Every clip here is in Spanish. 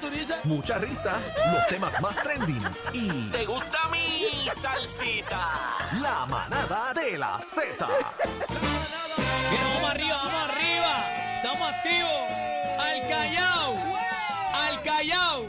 tú dices? mucha risa, los temas más trending y ¿Te gusta mi salsita? la manada de la Z. Mira, vamos arriba, vamos arriba. Estamos activos. Al Callao. Al Callao.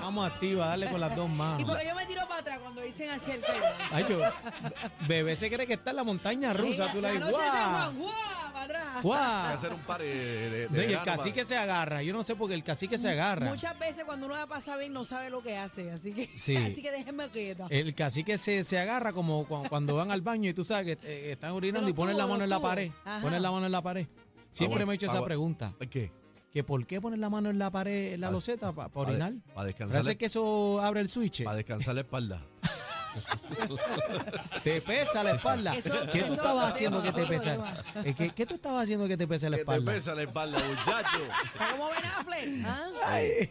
Vamos activa, dale con las dos Y manos. porque yo me tiro para atrás cuando dicen así el pelo. Ay, yo, bebé se cree que está en la montaña rusa. Tú la dices, Anoche se guau. Juan, guau, para atrás. guau. Hay que hacer un par de, de- de No, y el verano, cacique se agarra. Yo no sé por qué el cacique se agarra. Muchas veces cuando uno la pasa bien no sabe lo que hace, así que, Sí. Eh. así que déjenme quieta. El cacique se, se agarra como cu- cuando van al baño y tú sabes que eh, están De orinando los y ponen la tubos, mano de en los la pared. tubos. Ajá. Ponen la mano en la pared. Siempre Agua- me he hecho esa agua- pregunta. para- ¿Qué? Que por qué ponen la mano en la pared, en la loseta, para Para orinar. descansar, Parece que eso abre el switch. pa' descansar la espalda. Te pesa la espalda. Eso- ¿Qué tú eso estabas problema, haciendo que te eso pesa? problema. Eh, ¿Qué, qué tú estabas haciendo que te pesa la Que te espalda? pesa la espalda, muchacho. Está como Ben Affleck, ¿ah?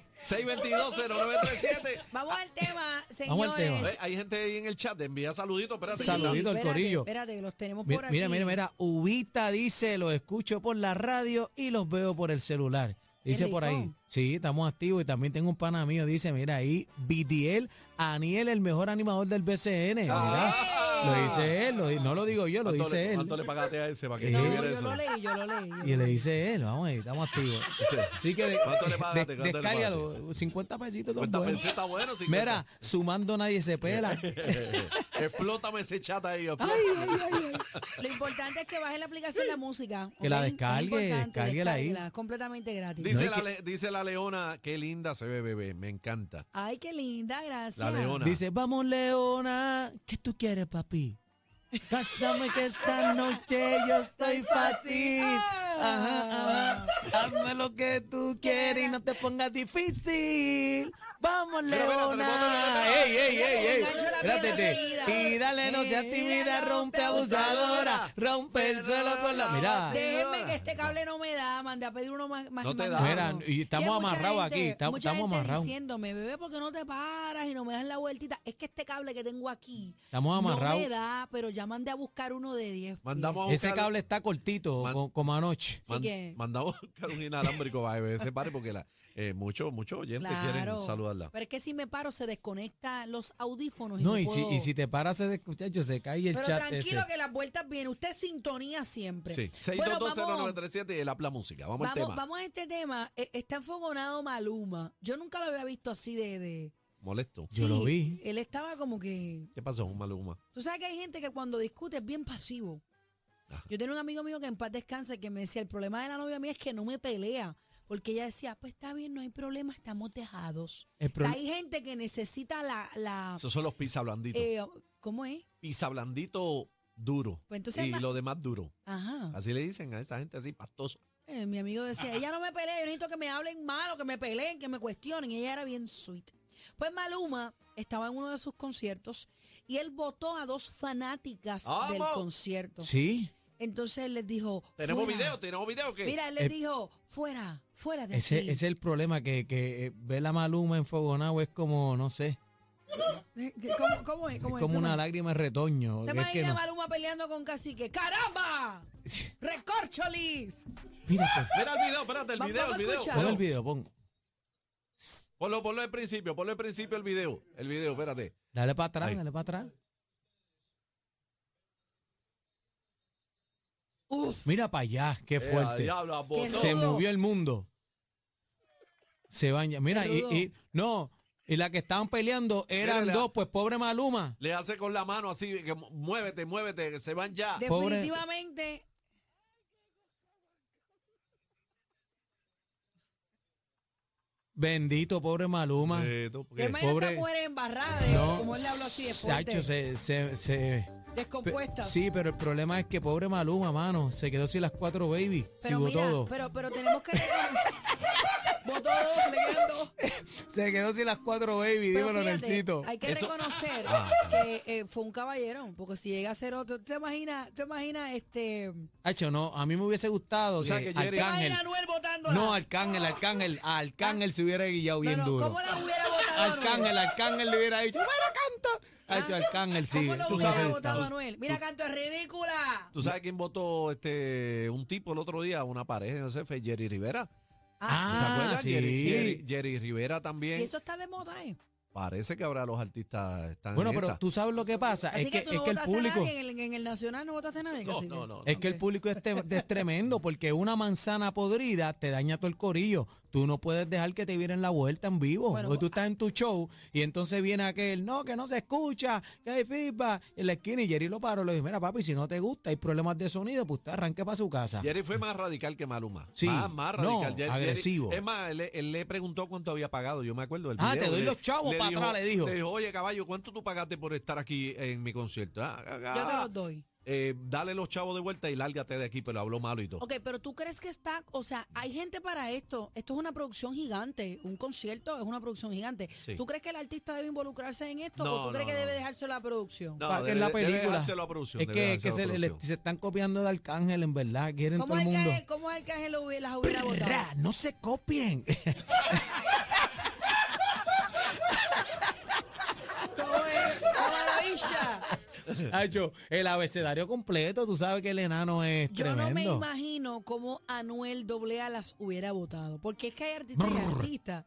622-0937. Vamos al tema, señores. Vamos al tema. Ve, Eh, Hay gente ahí en el chat, envía saluditos, espérate. Saludito. al Espérate, corillo. Espérate, que los tenemos Mi- por aquí. Mira, mira, mira. Ubita dice, los escucho por la radio y los veo por el celular. Dice Qué por rico. ahí. Sí, estamos activos y también tengo un pana mío. Dice, mira ahí, BTL, Aniel, el mejor animador del BCN. Mira, lo dice él, lo di- no lo digo yo, lo Ah. ¿Cuánto le- dice él. ¿Cuánto le pagaste a ese para que Eh. No, escribiera yo eso? lo leí, yo lo leí. Y le dice él, vamos ahí, estamos activos. Así que de- ¿Cuánto le pagaste? de- ¿Cuánto le descárgalo, 50 pesitos son Cuenta buenos. peseta bueno, sí. Mira, sumando nadie se pela. eh, Explótame ese chat ahí. explótame. Lo importante es que baje la aplicación la música. Que la ¿ok? Es descargue, importante, descárguela ahí. descárguela, es completamente gratis. Dice, No, es la, que- le- dice la leona, qué linda se ve, bebé. Me encanta. Ay, qué linda, gracias. La leona. Dice, vamos Leona, ¿qué tú quieres, papi? Cásame que esta noche yo estoy fácil. Ah. Ajá, ajá. Hazme lo que tú quieres y no te pongas difícil. Vamos, Mira, mira, Leona. telefoto, Ey, ey, ey, ey. Engancho la pierna Espérate, enseguida. Y dale, no seas Eh, tímida, rompe abusadora. Rompe el suelo con la. Mira. Déjenme que este cable no me da, mandé a pedir uno más. más No te más da. largo. Mira, y estamos hay mucha amarrados aquí, estamos- mucha estamos gente amarrados. diciéndome, bebé, ¿por qué no te paras y no me das la vueltita? Es que este cable que tengo aquí Estamos amarrados. no me da, pero ya mandé a buscar uno de 10 pies. Mandamos a Ese buscar- cable está cortito, Man- co- como anoche. Así Man- que- Mandamos a buscar un inalámbrico para que se pare porque la, eh, muchos muchos oyentes quieren saludarla. Pero es que si me paro se desconectan los audífonos. Y No, y si, puedo- y si te paras de escuchar, yo se cae el Pero chat tranquilo ese. que las vueltas vienen. Usted sintonía siempre. Sí, Bueno, 6220937 y el Apla Música. Vamos, al Vamos, tema. vamos a este tema. E- Está enfogonado Maluma. Yo nunca lo había visto así de. de- Molesto. Yo lo vi. Él estaba como que. ¿Qué pasó, Maluma? Tú sabes que hay gente que cuando discute es bien pasivo. Ah. Yo tenía un amigo mío que en paz descanse que me decía: el problema de la novia mía es que no me pelea. Porque ella decía: pues está bien, no hay problema, estamos dejados. El O sea, proble- hay gente que necesita la. la Esos son los pizza blanditos. eh, ¿Cómo es? pizza blandito duro. Pues entonces y ma- lo demás duro. Ajá. Así le dicen a esa gente así, pastoso. Eh, mi amigo decía, ella no me pelea, yo necesito que me hablen mal o que me peleen, que me cuestionen. Y ella era bien sweet. Pues Maluma estaba en uno de sus conciertos y él votó a dos fanáticas ¡Vamos! del concierto. Sí, Entonces él les dijo, ¿Tenemos fuera. video? ¿Tenemos video o qué? Mira, él les Eh, dijo, fuera, fuera de ese, aquí. ese es el problema, que, que eh, ver la Maluma enfogonado es como, no sé, ¿Cómo, cómo es es? ¿Cómo es? como una ¿Cómo es? lágrima en retoño. ¿Te que es imaginas que no. Maluma peleando con Cacique? ¡Caramba! ¡Recorcholis! Mira, pues, Mira el video, espérate, el Vamos, video, el vamos a video. escuchar. pon el video, pon. Ponlo, ponlo al principio, ponlo al principio el video. El video, espérate. Dale para atrás, Ahí. dale para atrás. ¡Uf! Mira para allá, qué Eh, fuerte. diablo, abotó. no. Se movió el mundo. Se baña. Mira, y, Saludo. y- no, y la que estaban peleando eran Mírala. dos, pues pobre Maluma. Le hace con la mano así, que mu- muévete, muévete, que se van ya. Ah, Pobre- Definitivamente... Bendito, pobre Maluma. Eh, tú, Yo ¿qué? imagino Pobre- esa mujer embarrada, de- como él le habló así de fuerte, Sacho, se- se- se- Pe- descompuesta. Sí, pero el problema es que pobre Maluma, mano, se quedó sin las cuatro baby, se pero votó mira, todo. Pero, pero tenemos que reconocer. Votó dos, le quedan dos. Se quedó sin las cuatro baby, Pero dímelo, fíjate, Nelsito. Ah, Hay que Eso- reconocer que eh, fue un caballero, porque si llega a ser otro, ¿te imaginas? ¿Te imaginas este? Hacho, no, a mí me hubiese gustado O sea, que que Jerry- Arcángel. Imagina a Anuel votándola. No, Arcángel, Arcángel, a Arcángel se hubiera guillado No, bien no, duro. ¿Cómo la hubiera votado Anuel? Arcángel, Arcángel le hubiera dicho, ¡Bueno, canto! Hacho, Arcángel, sí. ¿Cómo lo tú hubiera sabes. votado Anuel? Mira, canto es ridícula. ¿Tú sabes quién votó este un tipo el otro día? Una pareja, no sé, fue Jerry Rivera. Ah, ¿Te acuerdas sí. Jerry, Jerry- Jerry Rivera también. Y eso está de moda, ¿eh? Parece que ahora los artistas están Bueno, en pero esa. tú sabes lo que pasa. Así Es que, que, tú es no que el votaste a público. nadie, en el, en el Nacional no votaste a nadie. No, cacique. no, no, Es que el Ok. público es, te- es tremendo porque una manzana podrida te daña todo el corillo. Tú no puedes dejar que te vieran la vuelta en vivo. Bueno, pues, o tú estás en tu show y entonces viene aquel, no, que no se escucha, que hay feedback. En la esquina y Jerry lo paró. Le dijo, mira, papi, si no te gusta, hay problemas de sonido, pues usted arranque para su casa. Jerry fue más radical que Maluma. Sí. Más, más No, radical. Jerry- agresivo. Jerry- es más, él, le- él le preguntó cuánto había pagado. Yo me acuerdo del Ah, video. te doy Le- los chavos pa' atrás, le dijo. Le dijo, oye, caballo, ¿cuánto tú pagaste por estar aquí en mi concierto? Ah, ah, Yo te ah, los doy. eh, dale los chavos de vuelta y lárgate de aquí, pero habló malo y todo. Ok, pero tú crees que está, o sea, hay gente para esto. Esto es una producción gigante. Un concierto es una producción gigante. Sí. ¿Tú crees que el artista debe involucrarse en esto No, o tú crees que no, no. debe dejárselo a la producción? No, Pa- debe- en la debe película. dejárselo a producción, es debe que, que dejárselo a se, le- producción. se están copiando de Arcángel, en verdad. Quieren ¿Cómo todo el mundo. Arcángel, ¿Cómo Arcángel lo hubiera, las hubiera votado? Ra, No se copien. ¿Cómo es? ¡La maravilla! Hacho, el abecedario completo, tú sabes que el enano es Yo tremendo. no me imagino cómo Anuel AA las hubiera votado. Porque es que hay artistas y artistas.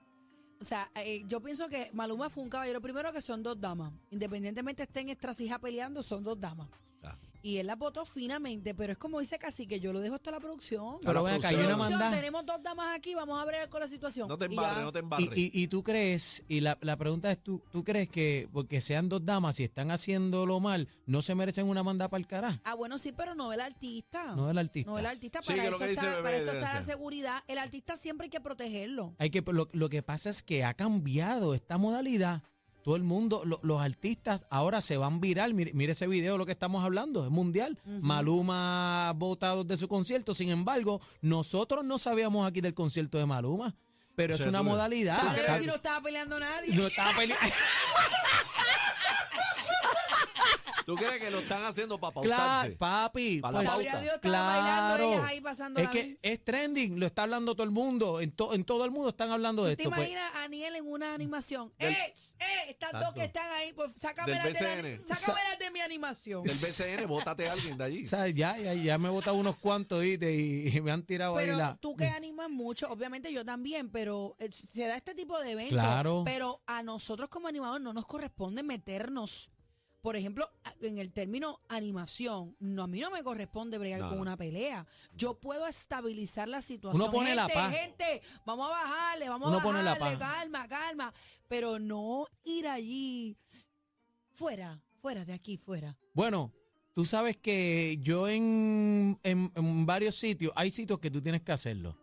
O sea, eh, yo pienso que Maluma fue un caballero. Primero que son dos damas. Independientemente estén extrasijas peleando, son dos damas. Ah. Y él las votó finamente, pero es como dice casi que yo lo dejo hasta la producción. Pero la ven acá, Ah, hay producción. una Producción, mandada. tenemos dos damas aquí, vamos a bregar con la situación. No te Y embarres, ya. no te Y, embarres. y- y tú crees, y la, la pregunta es, ¿tú, ¿tú crees que porque sean dos damas y están haciéndolo mal, no se merecen una manda para el carajo? Ah, bueno, sí, pero no el artista. No del artista. No el artista, Sí, para, que lo eso que dice está, Bebé para eso debe está la ser. seguridad. El artista siempre hay que protegerlo. Hay que, lo, lo que pasa es que ha cambiado esta modalidad. Todo el mundo, lo- los artistas ahora se van viral. Mire, mire ese video, lo que estamos hablando, es mundial. Maluma votado de su concierto. Sin embargo, nosotros no sabíamos aquí del concierto de Maluma. Pero O es sea, una tú- modalidad. Ahora Está- si no estaba peleando nadie. no estaba peleando. ¿Tú crees que lo están haciendo para Claro, pautarse? papi. pues, Pa' la pauta. Dios, estaba bailando ellas ahí pasándola es que bien. es trending, lo está hablando todo el mundo. En, to- en todo el mundo están hablando de ¿Te esto. pues. imaginas a Aniel en una animación? Del- ¡Eh! ¡Eh! Estas dos Exacto. que están ahí, pues sácamelas Del de, la- BCN. sácamelas de mi animación. Del BCN, bótate a alguien de allí. O sea, ya, ya, ya me he botado unos cuantos ¿viste? y, y me han tirado ahí Pero la. tú que animas mucho, obviamente yo también, pero eh, se da este tipo de eventos. Claro. Pero a nosotros como animadores no nos corresponde meternos. Por ejemplo, a- en el término animación, no, a mí no me corresponde bregar No, con no. una pelea. Yo puedo estabilizar la situación. pone la gente, paz. gente, vamos a bajarle, vamos a Uno pone bajarle, la paz. calma, calma. Pero no ir allí fuera, fuera de aquí, fuera. Bueno, tú sabes que yo en, en- en varios sitios, hay sitios que tú tienes que hacerlo.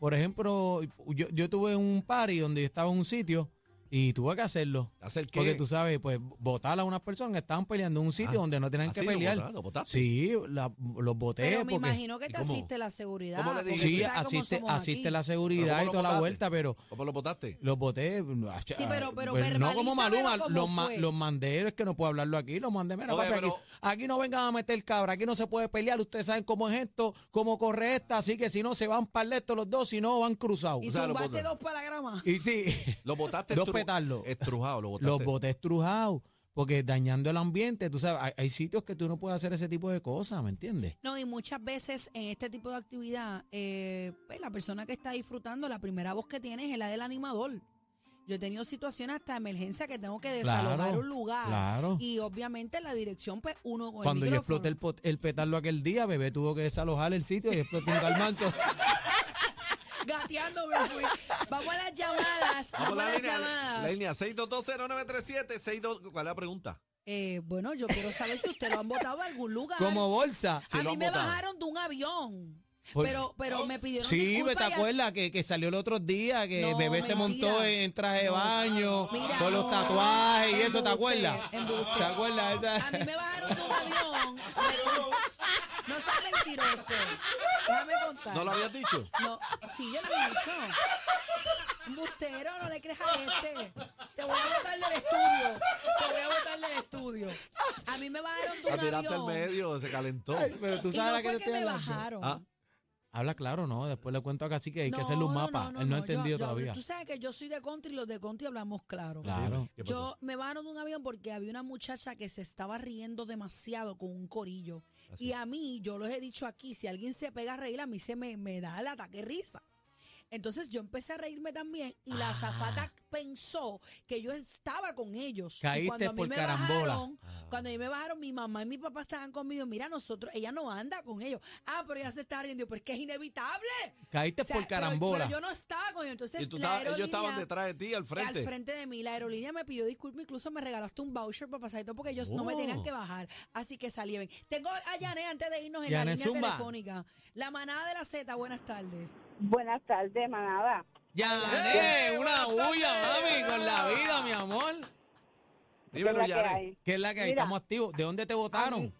Por ejemplo, yo, yo tuve un party donde yo estaba en un sitio y tuve que hacerlo. ¿Hacer qué? Porque tú sabes, pues votar a unas personas que estaban peleando en un sitio Ah, donde no tenían así que lo pelear. votaron, lo votaste. sí, la- los voté. Pero me porque- imagino que ¿Y te cómo? asiste la seguridad. ¿Cómo le porque dijiste? tú Sí, sabes cómo asiste, somos asiste aquí. la seguridad ¿Cómo y lo toda la votaste? vuelta, pero ¿Cómo lo votaste? los voté. Sí, pero- no pero como verbalízamelo Maluma, como los, ma- fue. los mandé, es que no puedo hablarlo aquí, los mandé. Mira, Oye, papi, aquí, pero- aquí no vengan a meter cabra, aquí no se puede pelear, ustedes saben cómo es esto, cómo corre esta, así que si no se van para estos los dos, si no van cruzados. Y O sea, lo zumbaste puto. dos para la grama. Y sí, Los botaste Dos estru- petardos. Estrujados, los botaste. los boté estrujados, porque dañando el ambiente, tú sabes, hay, hay sitios que tú no puedes hacer ese tipo de cosas, ¿me entiendes? No, y muchas veces en este tipo de actividad, eh, pues, la persona que está disfrutando, la primera voz que tiene es la del animador. Yo he tenido situaciones hasta de emergencia que tengo que desalojar Claro, un lugar. claro. Y obviamente la dirección, pues uno con Cuando el yo micrófono. exploté el, pot- el petardo aquel día, bebé tuvo que desalojar el sitio y exploté un calmanzo. Gateando me fui. Vamos a las llamadas. Vamos, Vamos a la las línea, llamadas. la línea 6220937, 62 ¿cuál es la pregunta? Eh, bueno, yo quiero saber si usted lo han votado a algún lugar. Como bolsa. Sí, a lo mí han me votado. bajaron de un avión. Por- Pero, pero me pidieron Sí, pues, disculpas ¿te y a- acuerdas que, que salió el otro día que No, bebé se mentira. montó en, en traje de No. baño Mira, con no. los tatuajes y eso, ¿te Embuste, acuerdas? embuste. ¿Te acuerdas A mí esa? me bajaron de un avión. No seas mentiroso. Déjame contar. ¿No lo habías dicho? No, sí, yo lo he dicho. Bustero, no le creas a este. Te voy a botar del estudio. Te voy a botar del estudio. A mí me bajaron de La un tiraste al avión. medio, se calentó. Pero tú y sabes no la que fue te que estoy me hablando. bajaron. Ah, Habla claro, no, después le cuento acá, así que hay que No, hacerle un no, mapa. Él no ha yo- entendido yo- todavía. Tú sabes que yo soy de country y los de country hablamos claro. Claro. ¿Qué pasó? Yo me bajaron de un avión porque había una muchacha que se estaba riendo demasiado con un corillo. Ah, Y a mí, yo los he dicho aquí, si alguien se pega a reír, a mí se me, me da el ataque de risa. Entonces yo empecé a reírme también y Ah. la azafata pensó que yo estaba con ellos. Y Caíste cuando a mí por me carambola. Ah. bajaron, cuando a mí me bajaron, mi mamá y mi papá estaban conmigo. Mira, nosotros, ella no anda con ellos. Ah, pero ella se está riendo. Yo, Pero es que es inevitable. Caíste O sea, por pero- carambola. Pero, yo no estaba con ellos. Entonces, Y tú la estabas- ellos aerolínea- estaban detrás de ti, al frente. Al frente de mí. La aerolínea me pidió disculpas. Incluso me regalaste un voucher para pasar y todo porque ellos no me Oh. tenían que bajar. Así que salí bien. Tengo a Yané antes de irnos en Yané la línea Zumba. telefónica. La manada de la Z, buenas tardes. Buenas tardes, manada. Yané, ¡Eh, una buenas bulla, tardes! mami, con la vida, mi amor. ¿Qué es la Dímelo, que Yare. hay? ¿Qué es la que hay? Mira. Estamos activos. ¿De dónde te votaron?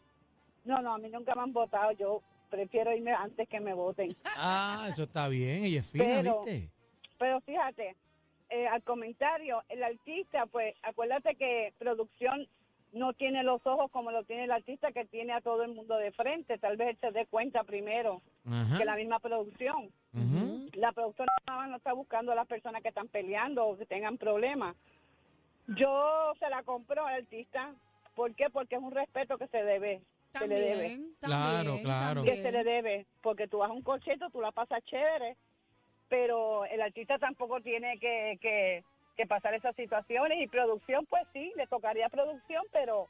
No, no, a mí nunca me han votado. Yo prefiero irme antes que me voten. Ah, eso está bien. Ella es fina, Pero- ¿viste? Pero fíjate, eh, al comentario, el artista, pues acuérdate que producción no tiene los ojos como lo tiene el artista que tiene a todo el mundo de frente. Tal vez él se dé cuenta primero Ajá. que la misma producción. ujú. la productora no está buscando a las personas que están peleando o que tengan problemas. Yo se la compro al artista. ¿Por qué? Porque es un respeto que se debe. Se le debe. También, también. Claro, claro. Que se le también. debe. Porque tú vas a un concierto, tú la pasas chévere, pero el artista tampoco tiene que, que, que pasar esas situaciones. Y producción, pues sí, le tocaría producción, pero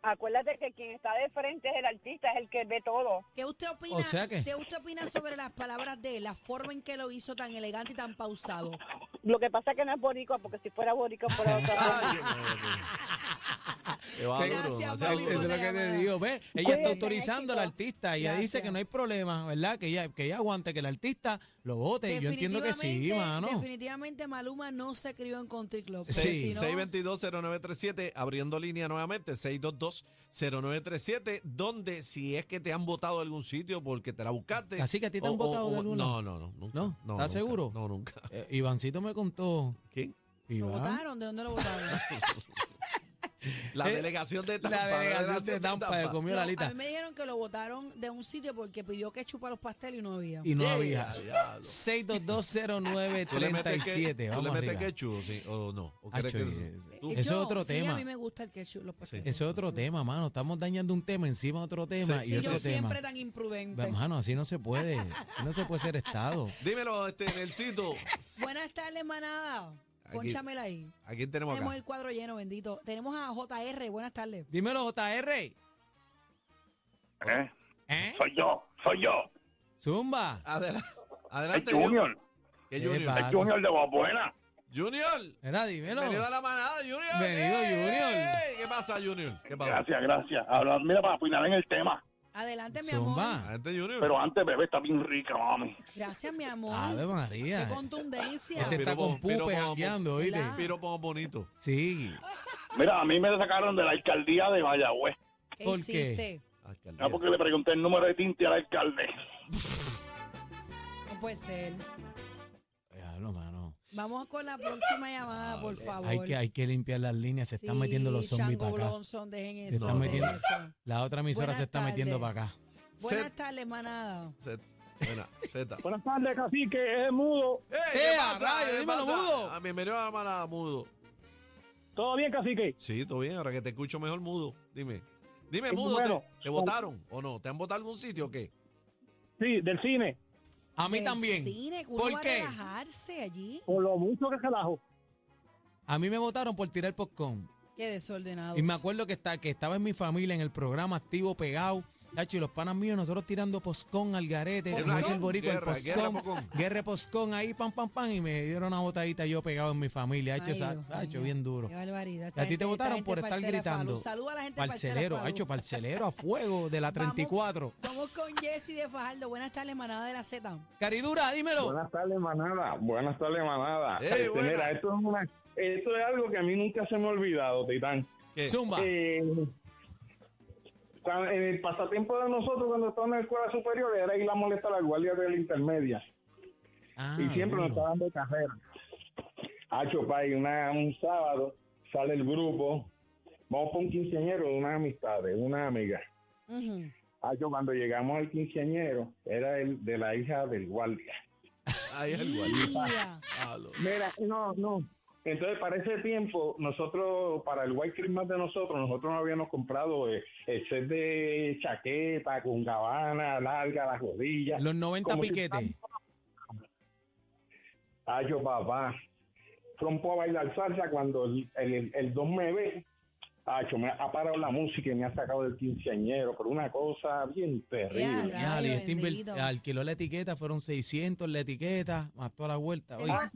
acuérdate que quien está de frente es el artista, es el que ve todo. ¿Qué usted opina? O sea que- ¿Qué usted opina sobre las palabras de él, la forma en que lo hizo tan elegante y tan pausado? Lo que pasa es que no es boricua, porque si fuera boricua fuera otra cosa. Ay, qué bueno. Qué bárbaro, Gracias, demasiado mami, Eso es por duro. lo la que te llamada. digo, ¿ves? Ella Cuídense, está autorizando al México. artista. Ella dice Gracias. que no hay problema, ¿verdad? Que ella, que ella aguante, que el artista lo vote. Yo entiendo que sí, Definitivamente- mano. Definitivamente Maluma no se crió en Country Club. Sí. Si no- 622-0937, abriendo línea nuevamente, 622-0937, donde si es que te han votado de algún sitio porque te la buscaste. Así que a ti te han votado de algún lado. No, no, no, nunca. ¿No? no ¿Estás nunca, seguro? No, nunca. Eh, Ivancito me contó. ¿Quién? ¿Lo Iván. votaron? ¿De dónde lo votaron? La Eh, delegación de Tampa. La delegación de Tampa que comió No, la a lista. mí me dijeron que lo votaron de un sitio porque pidió que para los pasteles y no había. Y no Yeah, había. diablo. ¿Tú le metes que- 6220937. ¿Tú le Vamos metes arriba. quechu sí, o no? ¿O Acho, crees que es- eh, tú- Eh, Eso es yo, otro sí, tema. a mí me gusta el ketchup, los pasteles. Eso es otro tema, mano. Estamos dañando un tema encima de otro tema Sí, y Sí, yo otro tema. siempre tan imprudente. Ve, Mano, así no se puede. Así no se puede ser Estado. Dímelo, este, Nelsito. Buenas tardes, manada. Aquí- Pónchamela ahí. ¿A quién tenemos Tenemos acá? el cuadro lleno, bendito. Tenemos a JR, buenas tardes. Dímelo, JR. ¿Eh? ¿Eh? Soy yo, soy yo. Zumba. Adela- El Adelante, Junior. Junior. Ah, ¿Qué ¿Qué Junior? pasa? El Junior de Boa Buena. Junior. Era, dímelo. Bienvenido a la manada, Junior. Bienvenido, ¡Ey! Junior. ¿Qué pasa, Junior? ¿Qué pasa? Gracias, gracias. Ahora, mira, para opinar en el tema. Adelante, mi amor. Zumba. Adelante, Junior. Pero antes, bebé, está bien rica, mami. Gracias, mi amor. Ave Qué María. contundencia. Este está Pero con vamos, pero pupe vamos. jangueando, ¿oíste? Hola. Pero más bonito. Sí. Mira, a mí me sacaron de la alcaldía de Vallagüez. ¿Qué ¿por qué? hiciste? Alcaldía. Ah, porque le pregunté el número de tinte al alcalde. No puede ser. Diablo, mano. Vamos con la próxima llamada, por favor. Hay que, hay que limpiar las líneas. Se están Sí, metiendo los zombies para Chango acá. Bronson, dejen eso. Se están dejen metiendo- eso. La otra emisora Buenas se está tardes. metiendo para acá. Buenas Set. tardes, manada. Z- Buena, Z. Buenas tardes, cacique. Es mudo. ¡Ey! ¡Eh, ¿Qué pasa? rayo, ¿Qué dímelo, pasa? mudo! Ah, Bienvenido a la manada, mudo. ¿Todo bien, cacique? Sí, todo bien. Ahora que te escucho mejor, mudo. Dime. Dime, Sí, mudo. bueno. ¿te, te votaron o no? ¿Te han votado en algún sitio o qué? Sí, del cine. A mí Del también. Cine, uno ¿Por va a qué? relajarse allí. Por lo mucho que carajo. A mí me votaron por tirar popcorn. Qué desordenado. Y me acuerdo que, está, que estaba en mi familia, en el programa activo, pegado. Tacho, y los panas míos, nosotros tirando poscón al garete. como ¿Poscón? dice el boricua, el Guerra, guerra, poscón. pocón. Guerra poscón ahí, pam, pam, pam. Y me dieron una botadita yo pegado en mi familia. Hacho, esa- hacho, bien duro. Qué barbaridad. Y a ti te votaron por estar gritando. Saluda a la gente Parcelero, parcera, Falú. ha hecho parcelero a fuego de la Vamos. 34. Vamos con Jessy de Fajardo. Buenas tardes, manada de la Z. Caridura, dímelo. Buenas tardes, manada. Buenas tardes, manada. Ey, Este, buena. mira, esto es, una- esto es algo que a mí nunca se me ha olvidado, Titán. ¿Qué? Zumba. Eh, cuan- en el pasatiempo de nosotros cuando estábamos en la escuela superior era ir a molestar a la guardia de la intermedia. Ah, y siempre nos duro. estaban de carrera. Hacho, pay, una, un sábado sale el grupo, vamos para un quinceañero de unas amistades, una amiga. Ujú. Hacho, cuando llegamos al quinceañero, era el de la hija del guardia. Ahí es el guardia. Mira, Diablo. Mira, no, no. Entonces, para ese tiempo, nosotros, para el White Christmas de nosotros, nosotros no habíamos comprado eh, el set de chaqueta con gabana larga, las rodillas. Los 90 Como si piquetes. estábamos- Hacho, papá. Trompo a bailar salsa cuando el, el, el don me ve. Hacho, me ha parado la música y me ha sacado del quinceañero, pero una cosa bien terrible. Ya, Ya, rayo, y este inver- bendito. alquiló la etiqueta, fueron 600 la etiqueta, más toda la vuelta. Oye, Ah,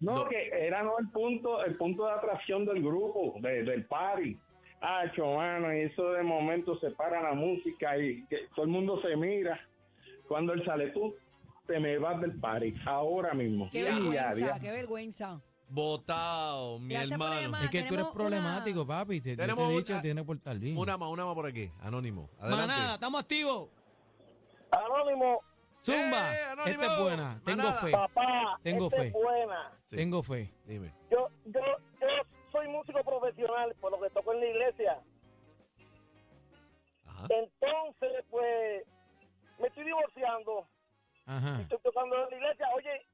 no, que era no el punto, el punto de atracción del grupo, de- del party. Hacho, mano, y eso de momento se para la música y que todo el mundo se mira. Cuando él sale, tú te me vas del party, ahora mismo. Qué Ya, vergüenza, ya. qué vergüenza. Botao, mi Gracias por la hermano. llamada. es que tú eres tenemos problemático, papi. Si yo te Tenemos he una- dicho, tienes que portar bien. Eh, Una más, una más por aquí. Anónimo. Adelante. Manada, estamos activos. Anónimo, Zumba, ¡Eh, anónimo! esta es buena. Tengo Manada. fe, papá, Tengo esta fe. es buena. Sí. tengo fe. Dime. Yo, yo, yo soy músico profesional, por lo que toco en la iglesia. Ajá. Entonces, pues, me estoy divorciando. Ajá. estoy tocando en la iglesia, oye,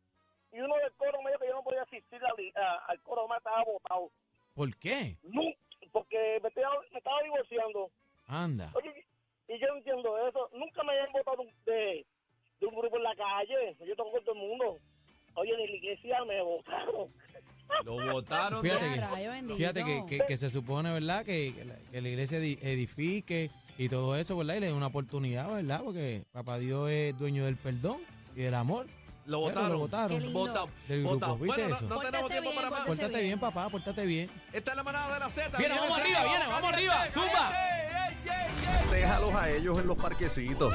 y uno del coro medio que yo no podía asistir al, a- al coro más estaba botado. ¿Por qué? Nun- Porque me, estaba- me estaba divorciando. Anda. Oye, y yo no entiendo eso. Nunca me habían votado de, de un grupo en la calle. Yo toco con todo el mundo. Oye, ni la iglesia me votaron. Lo votaron. Fíjate Ya, que- rayo bendito. Fíjate que, que- que se supone, ¿verdad? Que, que la, que la iglesia edi- edifique y todo eso, ¿verdad? Y le dé una oportunidad, ¿verdad? Porque papá Dios es dueño del perdón y del amor. Lo Pero votaron. Lo votaron. Qué lindo. Votao. Del grupo, Votao. ¿viste Bueno, no, eso? no tenemos Pórtese tiempo bien, para más. pórtese Pórtate bien, papá, pórtate bien. Esta es la manada de la Z. Viene, vamos Viene, arriba, viene, vamos arriba. caliente, Zumba. caliente. Ey, ey, ey. Déjalos a ellos en los parquecitos.